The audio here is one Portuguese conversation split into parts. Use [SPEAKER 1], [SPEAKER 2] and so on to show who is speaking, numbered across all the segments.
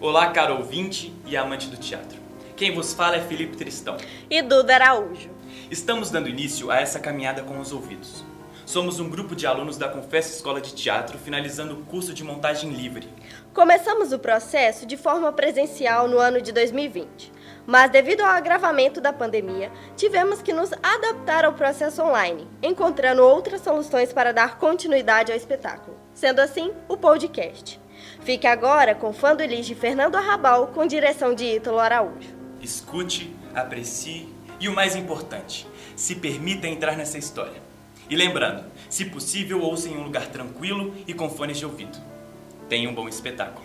[SPEAKER 1] Olá, caro ouvinte e amante do teatro. Quem vos fala é Felipe Tristão.
[SPEAKER 2] E Duda Araújo.
[SPEAKER 1] Estamos dando início a essa caminhada com os ouvidos. Somos um grupo de alunos da Confessa Escola de Teatro, finalizando o curso de montagem livre.
[SPEAKER 2] Começamos o processo de forma presencial no ano de 2020, mas devido ao agravamento da pandemia, tivemos que nos adaptar ao processo online, encontrando outras soluções para dar continuidade ao espetáculo, sendo assim o podcast. Fique agora com Fã do Elis de Fernando Arrabal, com direção de Ítalo Araújo.
[SPEAKER 1] Escute, aprecie e o mais importante, se permita entrar nessa história. E lembrando, se possível, ouça em um lugar tranquilo e com fones de ouvido. Tenha um bom espetáculo.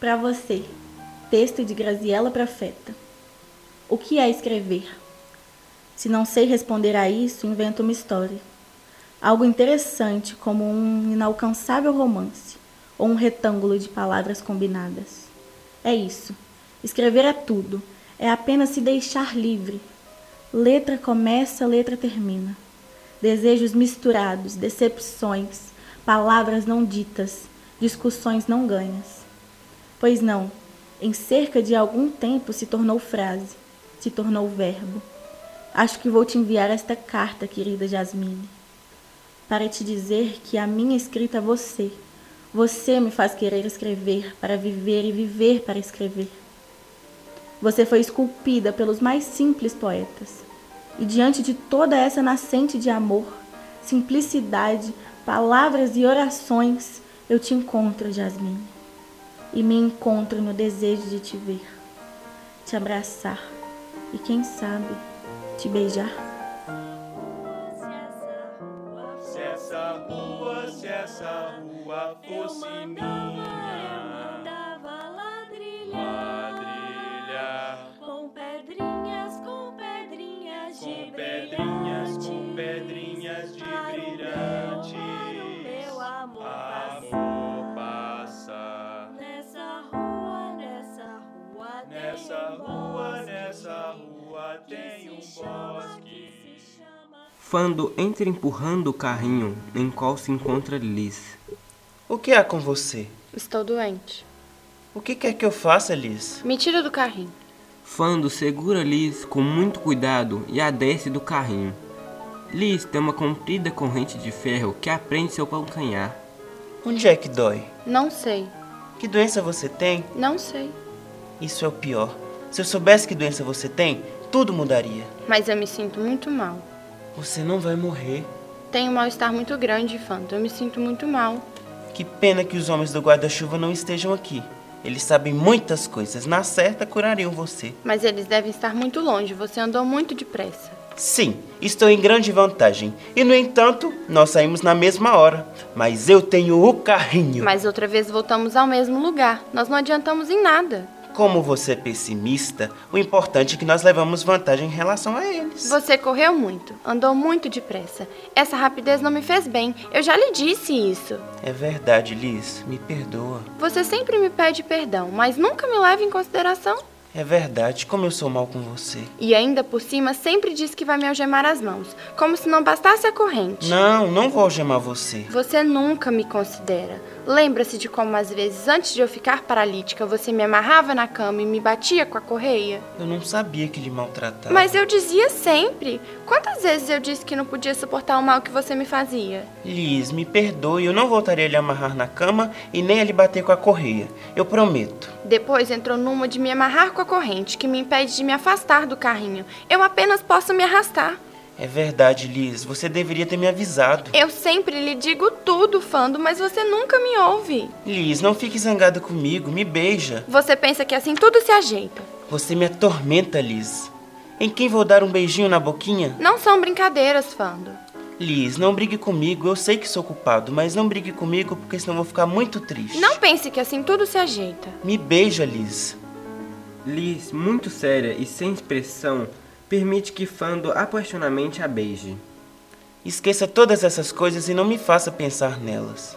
[SPEAKER 3] Para você, texto de Graziela Profeta. O que é escrever? Se não sei responder a isso, invento uma história. Algo interessante, como um inalcançável romance, ou um retângulo de palavras combinadas. É isso. Escrever é tudo. É apenas se deixar livre. Letra começa, letra termina. Desejos misturados, decepções, palavras não ditas, discussões não ganhas. Pois não, em cerca de algum tempo se tornou frase, se tornou verbo. Acho que vou te enviar esta carta, querida Jasmine, para te dizer que a minha escrita é você. Você me faz querer escrever para viver e viver para escrever. Você foi esculpida pelos mais simples poetas. E diante de toda essa nascente de amor, simplicidade, palavras e orações, eu te encontro, Jasmine. E me encontro no desejo de te ver, te abraçar e, quem sabe, te beijar.
[SPEAKER 4] essa rua fosse eu mandava, minha. Eu mandava ladrilhar, ladrilhar. Com pedrinhas, com pedrinhas com de pedrinhas, brilhantes. Com pedrinhas de para brilhantes. Meu, meu amor, amor passar. Nessa rua, nessa rua, nessa tem rua, bosque, nessa rua tem um bosque.
[SPEAKER 5] Fando entra empurrando o carrinho em qual se encontra Liz.
[SPEAKER 6] O que há com você?
[SPEAKER 7] Estou doente.
[SPEAKER 6] O que quer que eu faça, Liz?
[SPEAKER 7] Me tira do carrinho.
[SPEAKER 5] Fando segura Liz com muito cuidado e a desce do carrinho. Liz tem uma comprida corrente de ferro que aprende seu calcanhar.
[SPEAKER 6] Onde é que dói?
[SPEAKER 7] Não sei.
[SPEAKER 6] Que doença você tem?
[SPEAKER 7] Não sei.
[SPEAKER 6] Isso é o pior. Se eu soubesse que doença você tem, tudo mudaria.
[SPEAKER 7] Mas eu me sinto muito mal.
[SPEAKER 6] Você não vai morrer.
[SPEAKER 7] Tenho um mal-estar muito grande, Fanta. Eu me sinto muito mal.
[SPEAKER 6] Que pena que os homens do guarda-chuva não estejam aqui. Eles sabem muitas coisas. Na certa, curariam você.
[SPEAKER 7] Mas eles devem estar muito longe. Você andou muito depressa.
[SPEAKER 6] Sim, estou em grande vantagem. E, no entanto, nós saímos na mesma hora. Mas eu tenho o carrinho.
[SPEAKER 7] Mas outra vez voltamos ao mesmo lugar. Nós não adiantamos em nada.
[SPEAKER 6] Como você é pessimista, o importante é que nós levamos vantagem em relação a eles.
[SPEAKER 7] Você correu muito, andou muito depressa. Essa rapidez não me fez bem. Eu já lhe disse isso.
[SPEAKER 6] É verdade, Liz. Me perdoa.
[SPEAKER 7] Você sempre me pede perdão, mas nunca me leva em consideração.
[SPEAKER 6] É verdade, como eu sou mal com você.
[SPEAKER 7] E ainda por cima, sempre diz que vai me algemar as mãos, como se não bastasse a corrente.
[SPEAKER 6] Não, não vou algemar você.
[SPEAKER 7] Você nunca me considera. Lembra-se de como, às vezes, antes de eu ficar paralítica, você me amarrava na cama e me batia com a correia?
[SPEAKER 6] Eu não sabia que lhe maltratava.
[SPEAKER 7] Mas eu dizia sempre. Quantas vezes eu disse que não podia suportar o mal que você me fazia?
[SPEAKER 6] Liz, me perdoe, eu não voltarei a lhe amarrar na cama e nem a lhe bater com a correia. Eu prometo.
[SPEAKER 7] Depois entrou numa de me amarrar com a corrente, que me impede de me afastar do carrinho. Eu apenas posso me arrastar.
[SPEAKER 6] É verdade, Liz. Você deveria ter me avisado.
[SPEAKER 7] Eu sempre lhe digo tudo, Fando, mas você nunca me ouve.
[SPEAKER 6] Liz, não fique zangada comigo. Me beija.
[SPEAKER 7] Você pensa que assim tudo se ajeita.
[SPEAKER 6] Você me atormenta, Liz. Em quem vou dar um beijinho na boquinha?
[SPEAKER 7] Não são brincadeiras, Fando.
[SPEAKER 6] Liz, não brigue comigo. Eu sei que sou culpado, mas não brigue comigo porque senão vou ficar muito triste.
[SPEAKER 7] Não pense que assim tudo se ajeita.
[SPEAKER 6] Me beija, Liz.
[SPEAKER 5] Liz, muito séria e sem expressão, permite que Fando apaixonadamente a beije.
[SPEAKER 6] Esqueça todas essas coisas e não me faça pensar nelas.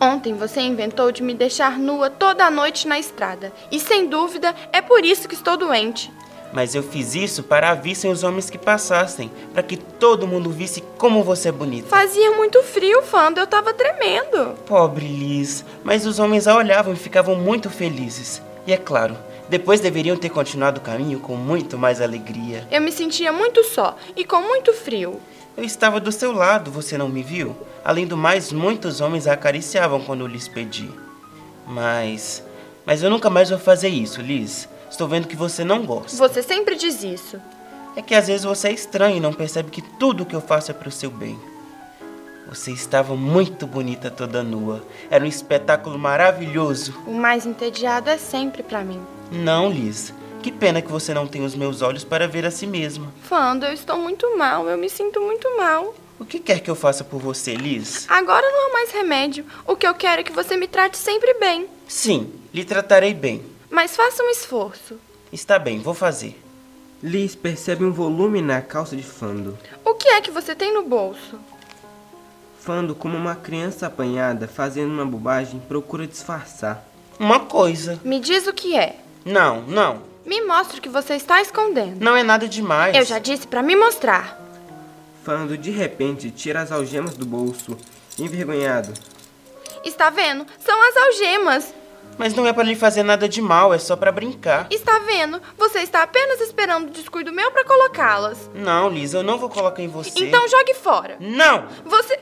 [SPEAKER 7] Ontem você inventou de me deixar nua toda a noite na estrada. E sem dúvida, é por isso que estou doente.
[SPEAKER 6] Mas eu fiz isso para avissem os homens que passassem, para que todo mundo visse como você é bonita.
[SPEAKER 7] Fazia muito frio, Fando, eu tava tremendo.
[SPEAKER 6] Pobre Liz, mas os homens a olhavam e ficavam muito felizes. E é claro, depois deveriam ter continuado o caminho com muito mais alegria.
[SPEAKER 7] Eu me sentia muito só e com muito frio.
[SPEAKER 6] Eu estava do seu lado, você não me viu? Além do mais, muitos homens a acariciavam quando eu lhes pedi. Mas. Mas eu nunca mais vou fazer isso, Liz. Estou vendo que você não gosta.
[SPEAKER 7] Você sempre diz isso.
[SPEAKER 6] É que às vezes você é estranho e não percebe que tudo que eu faço é para o seu bem. Você estava muito bonita toda nua. Era um espetáculo maravilhoso.
[SPEAKER 7] O mais entediado é sempre pra mim.
[SPEAKER 6] Não, Liz. Que pena que você não tem os meus olhos para ver a si mesma.
[SPEAKER 7] Fando, eu estou muito mal, eu me sinto muito mal.
[SPEAKER 6] O que quer que eu faça por você, Liz?
[SPEAKER 7] Agora não há mais remédio. O que eu quero é que você me trate sempre bem.
[SPEAKER 6] Sim, lhe tratarei bem.
[SPEAKER 7] Mas faça um esforço.
[SPEAKER 6] Está bem, vou fazer.
[SPEAKER 5] Liz percebe um volume na calça de Fando.
[SPEAKER 7] O que é que você tem no bolso?
[SPEAKER 5] Fando, como uma criança apanhada fazendo uma bobagem, procura disfarçar.
[SPEAKER 6] Uma coisa.
[SPEAKER 7] Me diz o que é.
[SPEAKER 6] Não, não.
[SPEAKER 7] Me mostre o que você está escondendo.
[SPEAKER 6] Não é nada demais.
[SPEAKER 7] Eu já disse pra me mostrar.
[SPEAKER 5] Fando, de repente, tira as algemas do bolso, envergonhado.
[SPEAKER 7] Está vendo? São as algemas.
[SPEAKER 6] Mas não é para lhe fazer nada de mal, é só para brincar.
[SPEAKER 7] Está vendo? Você está apenas esperando o descuido meu pra colocá-las.
[SPEAKER 6] Não, Liz, eu não vou colocar em você.
[SPEAKER 7] Então jogue fora.
[SPEAKER 6] Não!
[SPEAKER 7] Você.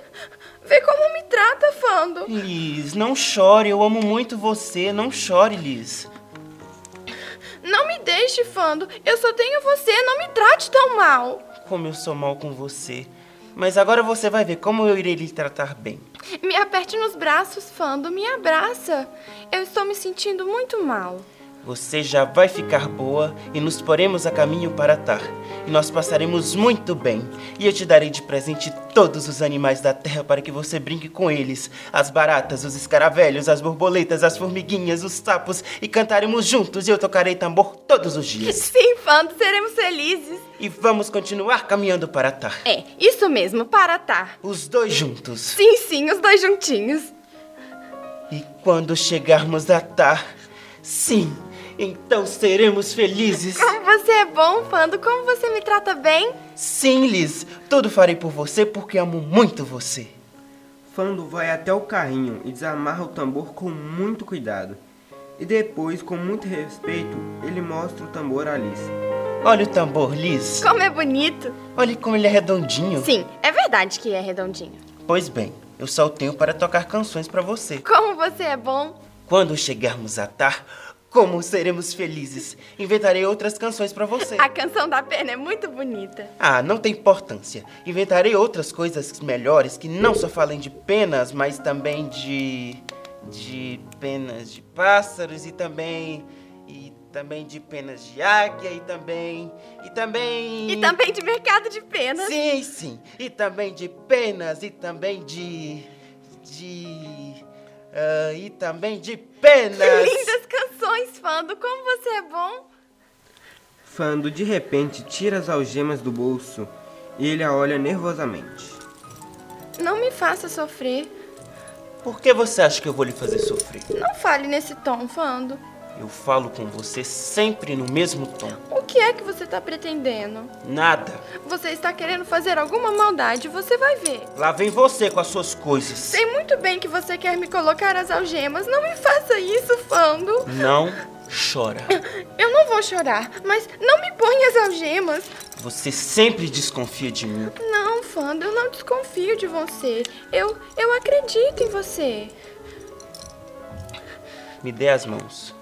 [SPEAKER 7] Vê como me trata, Fando.
[SPEAKER 6] Liz, não chore, eu amo muito você. Não chore, Liz.
[SPEAKER 7] Não me deixe, Fando. Eu só tenho você. Não me trate tão mal.
[SPEAKER 6] Como eu sou mal com você. Mas agora você vai ver como eu irei lhe tratar bem.
[SPEAKER 7] Me aperte nos braços, Fando. Me abraça. Eu estou me sentindo muito mal.
[SPEAKER 6] Você já vai ficar boa e nos poremos a caminho para Tar. E nós passaremos muito bem. E eu te darei de presente todos os animais da terra para que você brinque com eles: as baratas, os escaravelhos, as borboletas, as formiguinhas, os sapos. E cantaremos juntos e eu tocarei tambor todos os dias.
[SPEAKER 7] Sim, Fando, seremos felizes.
[SPEAKER 6] E vamos continuar caminhando para Tar.
[SPEAKER 7] É, isso mesmo, para tá. Tar.
[SPEAKER 6] Os dois juntos.
[SPEAKER 7] Sim, sim, os dois juntinhos.
[SPEAKER 6] E quando chegarmos a Tar. Sim, então seremos felizes.
[SPEAKER 7] Como você é bom, Fando. Como você me trata bem.
[SPEAKER 6] Sim, Liz, tudo farei por você porque amo muito você.
[SPEAKER 5] Fando vai até o carrinho e desamarra o tambor com muito cuidado. E depois, com muito respeito, ele mostra o tambor a Liz.
[SPEAKER 6] Olha o tambor, Liz.
[SPEAKER 7] Como é bonito.
[SPEAKER 6] Olha como ele é redondinho.
[SPEAKER 7] Sim, é verdade que é redondinho.
[SPEAKER 6] Pois bem, eu só o tenho para tocar canções para você.
[SPEAKER 7] Como você é bom.
[SPEAKER 6] Quando chegarmos a Tar, como seremos felizes. Inventarei outras canções para você.
[SPEAKER 7] A canção da pena é muito bonita.
[SPEAKER 6] Ah, não tem importância. Inventarei outras coisas melhores que não só falem de penas, mas também de. de penas de pássaros e também. e também de penas de águia e também. e também.
[SPEAKER 7] E também de mercado de penas.
[SPEAKER 6] Sim, sim. E também de penas e também de. de. ah, e também de penas!
[SPEAKER 7] Lindas canções, Fando. Como você é bom.
[SPEAKER 5] Fando, de repente, tira as algemas do bolso e ele a olha nervosamente.
[SPEAKER 7] Não me faça sofrer.
[SPEAKER 6] Por que você acha que eu vou lhe fazer sofrer?
[SPEAKER 7] Não fale nesse tom, Fando.
[SPEAKER 6] Eu falo com você sempre no mesmo tom.
[SPEAKER 7] O que é que você está pretendendo?
[SPEAKER 6] Nada.
[SPEAKER 7] Você está querendo fazer alguma maldade, você vai ver.
[SPEAKER 6] Lá vem você com as suas coisas.
[SPEAKER 7] Sei muito bem que você quer me colocar as algemas. Não me faça isso, Fando.
[SPEAKER 6] Não chora.
[SPEAKER 7] Eu não vou chorar, mas não me ponha as algemas.
[SPEAKER 6] Você sempre desconfia de mim.
[SPEAKER 7] Não, Fando, eu não desconfio de você. Eu, eu acredito em você.
[SPEAKER 6] Me dê as mãos.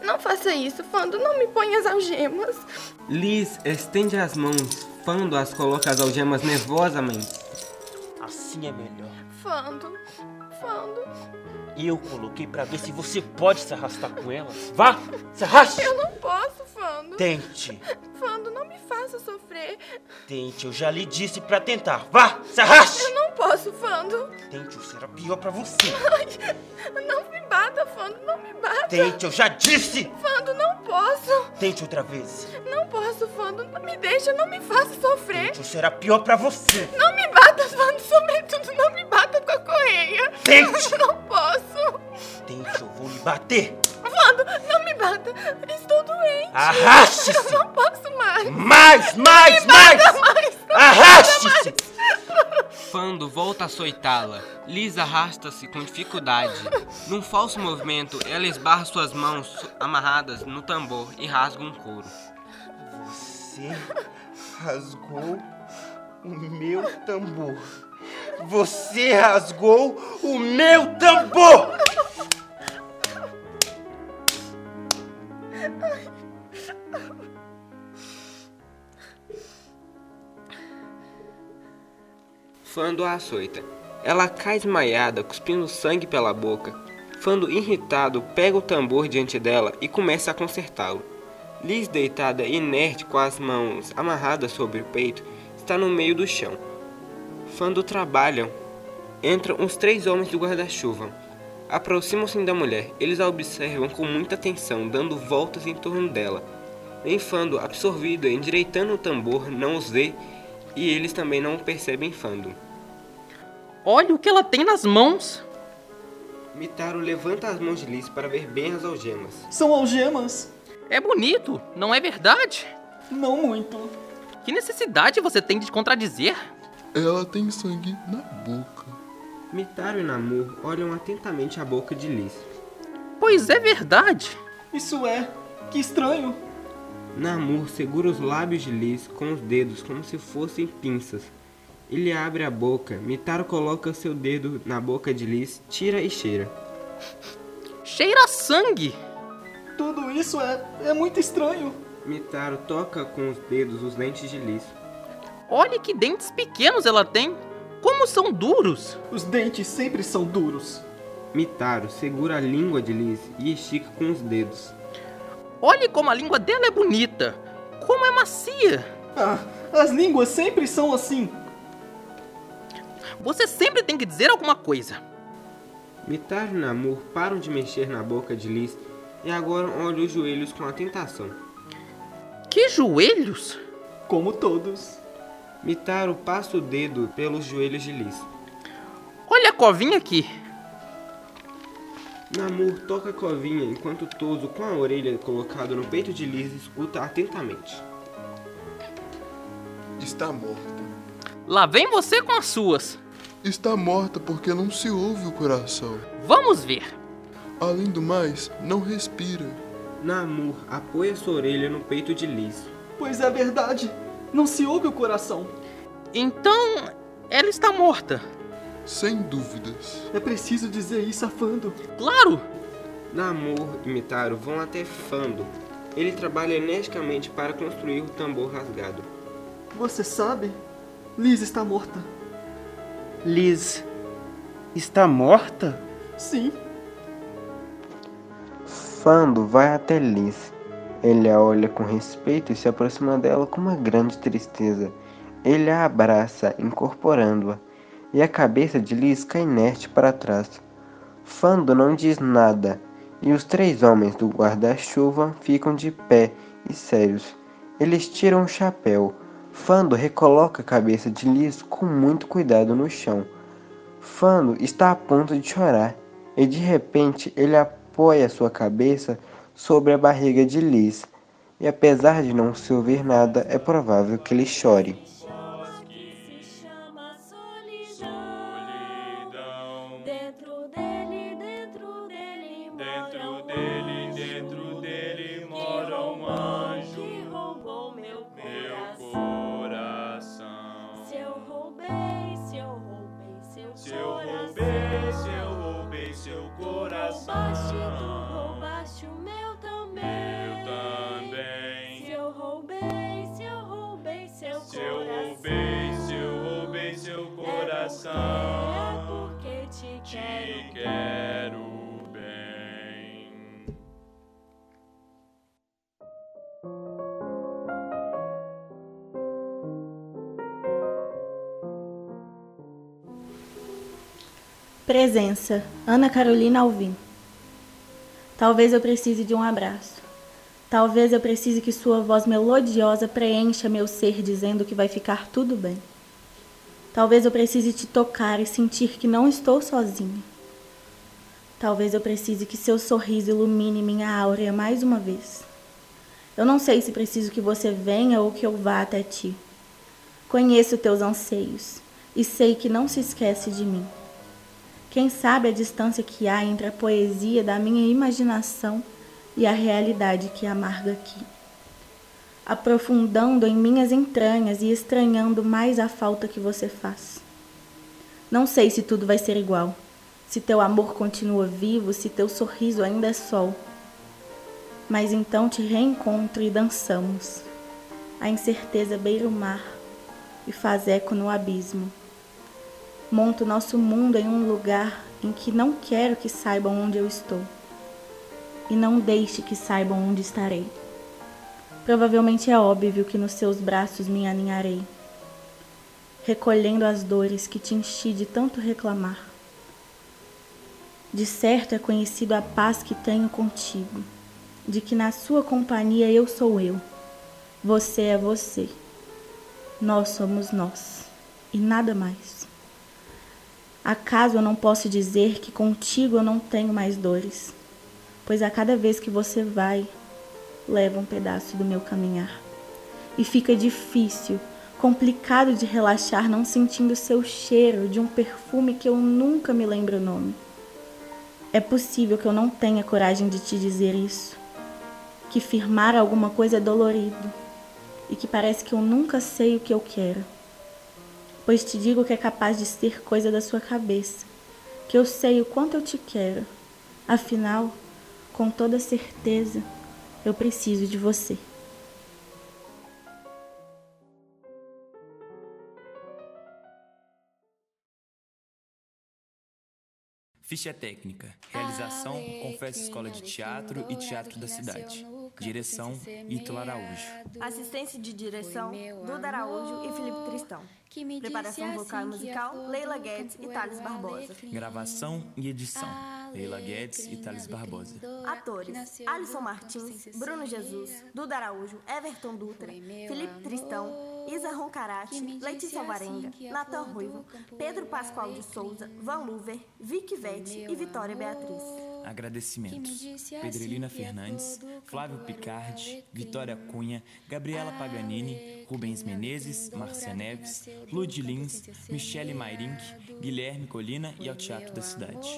[SPEAKER 7] Não faça isso, Fando. Não me ponha as algemas.
[SPEAKER 5] Liz estende as mãos, Fando as coloca as algemas nervosamente.
[SPEAKER 6] Assim é melhor.
[SPEAKER 7] Fando, Fando,
[SPEAKER 6] Eu coloquei pra ver se você pode se arrastar com elas. Vá, se arraste.
[SPEAKER 7] eu não posso, Fando.
[SPEAKER 6] Tente,
[SPEAKER 7] Fando, não me faça sofrer.
[SPEAKER 6] tente. Eu já lhe disse pra tentar. Vá, se arraste.
[SPEAKER 7] Eu não posso, Fando.
[SPEAKER 6] Tente, ou será pior pra você.
[SPEAKER 7] Não me bata, Fando, não me bata.
[SPEAKER 6] Tente, eu já disse.
[SPEAKER 7] Fando, não posso.
[SPEAKER 6] Tente outra vez.
[SPEAKER 7] Não posso, Fando. Não me deixa, não me faça sofrer.
[SPEAKER 6] Tente, ou será pior pra você.
[SPEAKER 7] Não me bata, Fando, sobretudo não me bata com a correia.
[SPEAKER 6] Tente.
[SPEAKER 7] Não
[SPEAKER 6] Bater?
[SPEAKER 7] Vando, não me bata. Estou doente.
[SPEAKER 6] Arraste-se!
[SPEAKER 7] Não posso mais.
[SPEAKER 6] Mais, mais, mais! Arraste-se!
[SPEAKER 5] Fando volta a açoitá-la. Liz arrasta-se com dificuldade. Num falso movimento, ela esbarra suas mãos amarradas no tambor e rasga um couro.
[SPEAKER 6] Você rasgou o meu tambor. Você rasgou o meu tambor!
[SPEAKER 5] Fando a açoita. Ela cai desmaiada, cuspindo sangue pela boca. Fando, irritado, pega o tambor diante dela e começa a consertá-lo. Liz, deitada inerte com as mãos amarradas sobre o peito, está no meio do chão. Fando trabalham. Entram os três homens do guarda-chuva. Aproximam-se da mulher. Eles a observam com muita atenção, dando voltas em torno dela. Nem Fando, absorvido, endireitando o tambor, não os vê e eles também não percebem Fando.
[SPEAKER 8] Olha o que ela tem nas mãos.
[SPEAKER 5] Mitaro levanta as mãos de Liz para ver bem as algemas.
[SPEAKER 9] São algemas?
[SPEAKER 8] É bonito, não é verdade?
[SPEAKER 9] Não muito.
[SPEAKER 8] Que necessidade você tem de contradizer?
[SPEAKER 10] Ela tem sangue na boca.
[SPEAKER 5] Mitaro e Namor olham atentamente a boca de Liz.
[SPEAKER 8] Pois é verdade.
[SPEAKER 9] Isso é. Que estranho.
[SPEAKER 5] Namor segura os lábios de Liz com os dedos como se fossem pinças. Ele abre a boca, Mitaro coloca seu dedo na boca de Liz, tira e cheira.
[SPEAKER 8] Cheira a sangue.
[SPEAKER 9] Tudo isso é. é muito estranho.
[SPEAKER 5] Mitaro toca com os dedos os dentes de Liz.
[SPEAKER 8] Olha que dentes pequenos ela tem. Como são duros.
[SPEAKER 9] Os dentes sempre são duros.
[SPEAKER 5] Mitaro segura a língua de Liz e estica com os dedos.
[SPEAKER 8] Olhe como a língua dela é bonita. Como é macia.
[SPEAKER 9] Ah, as línguas sempre são assim.
[SPEAKER 8] Você sempre tem que dizer alguma coisa.
[SPEAKER 5] Mitaro e Namor param de mexer na boca de Liz e agora olham os joelhos com atentação.
[SPEAKER 8] Que joelhos?
[SPEAKER 9] Como todos.
[SPEAKER 5] Mitaro passa o dedo pelos joelhos de Liz.
[SPEAKER 8] Olha a covinha aqui.
[SPEAKER 5] Namor toca a covinha enquanto Toso, com a orelha colocada no peito de Liz, escuta atentamente.
[SPEAKER 10] Está morta.
[SPEAKER 8] Lá vem você com as suas.
[SPEAKER 10] Está morta porque não se ouve o coração.
[SPEAKER 8] Vamos ver.
[SPEAKER 10] Além do mais, não respira.
[SPEAKER 5] Namor apoia sua orelha no peito de Liz.
[SPEAKER 9] Pois é verdade. Não se ouve o coração.
[SPEAKER 8] Então, ela está morta.
[SPEAKER 10] Sem dúvidas.
[SPEAKER 9] É preciso dizer isso a Fando.
[SPEAKER 8] Claro.
[SPEAKER 5] Namor e Mitaro vão até Fando. Ele trabalha energicamente para construir o tambor rasgado.
[SPEAKER 9] Você sabe? Liz está morta.
[SPEAKER 6] Liz está morta?
[SPEAKER 9] Sim,
[SPEAKER 5] Fando vai até Liz. Ele a olha com respeito e se aproxima dela com uma grande tristeza. Ele a abraça, incorporando-a, e a cabeça de Liz cai inerte para trás. Fando não diz nada, e os três homens do guarda-chuva ficam de pé e sérios. Eles tiram o chapéu. Fando recoloca a cabeça de Liz com muito cuidado no chão. Fando está a ponto de chorar e de repente ele apoia sua cabeça sobre a barriga de Liz. E apesar de não se ouvir nada, é provável que ele chore.
[SPEAKER 4] que se chama solidão. Dentro dele, dentro dele, um dentro dele, dentro dele mora um anjo que roubou meu coração. Se eu roubei, se eu roubei, seu se eu roubei, se eu roubei seu coração. Roubaste, tu roubaste o meu também. Meu também. Se eu roubei, se eu roubei seu coração. Se eu roubei, se eu roubei seu coração. É porque, é porque te, quero. bem.
[SPEAKER 3] Presença, Ana Carolina Alvim. Talvez eu precise de um abraço. Talvez eu precise que sua voz melodiosa preencha meu ser dizendo que vai ficar tudo bem. Talvez eu precise te tocar e sentir que não estou sozinha. Talvez eu precise que seu sorriso ilumine minha áurea mais uma vez. Eu não sei se preciso que você venha ou que eu vá até ti. Conheço teus anseios e sei que não se esquece de mim. Quem sabe a distância que há entre a poesia da minha imaginação e a realidade que amarga aqui. Aprofundando em minhas entranhas e estranhando mais a falta que você faz. Não sei se tudo vai ser igual, se teu amor continua vivo, se teu sorriso ainda é sol. Mas então te reencontro e dançamos. A incerteza beira o mar e faz eco no abismo. Monto nosso mundo em um lugar em que não quero que saibam onde eu estou. E não deixe que saibam onde estarei. Provavelmente é óbvio que nos seus braços me aninharei, recolhendo as dores que te enchi de tanto reclamar. De certo é conhecido a paz que tenho contigo, de que na sua companhia eu sou eu, você é você, nós somos nós e nada mais. Acaso eu não posso dizer que contigo eu não tenho mais dores, pois a cada vez que você vai, leva um pedaço do meu caminhar. E fica difícil, complicado de relaxar não sentindo seu cheiro de um perfume que eu nunca me lembro o nome. É possível que eu não tenha coragem de te dizer isso, que firmar alguma coisa é dolorido e que parece que eu nunca sei o que eu quero. Pois te digo que é capaz de ser coisa da sua cabeça, que eu sei o quanto eu te quero. Afinal, com toda certeza, eu preciso de você.
[SPEAKER 1] Ficha técnica. Realização Confesso Escola de Teatro e Teatro da Cidade. Direção Ítalo Araújo.
[SPEAKER 2] Assistência de direção, Duda Araújo e Felipe Tristão. Preparação vocal e musical, Leila Guedes e Thales Barbosa.
[SPEAKER 1] Gravação e edição Leila Guedes e Thales Barbosa.
[SPEAKER 2] Atores: Alisson Martins, Bruno Jesus, Duda Araújo, Everton Dutra, Felipe Tristão, Isa Roncarati, Letícia Alvarenga, Natan Ruivo, Pedro Pascoal de Souza, Van Luver, Vicky Vete e Vitória Beatriz.
[SPEAKER 1] Agradecimentos: Pedrelina Fernandes, Flávio Picardi, Vitória Cunha, Gabriela Paganini, Rubens Menezes, Marcia Neves, Lud Lins, Michele Mairink, Guilherme Colina e ao Teatro da Cidade.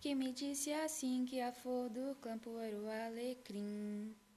[SPEAKER 11] que me disse assim que a flor do campo era o alecrim.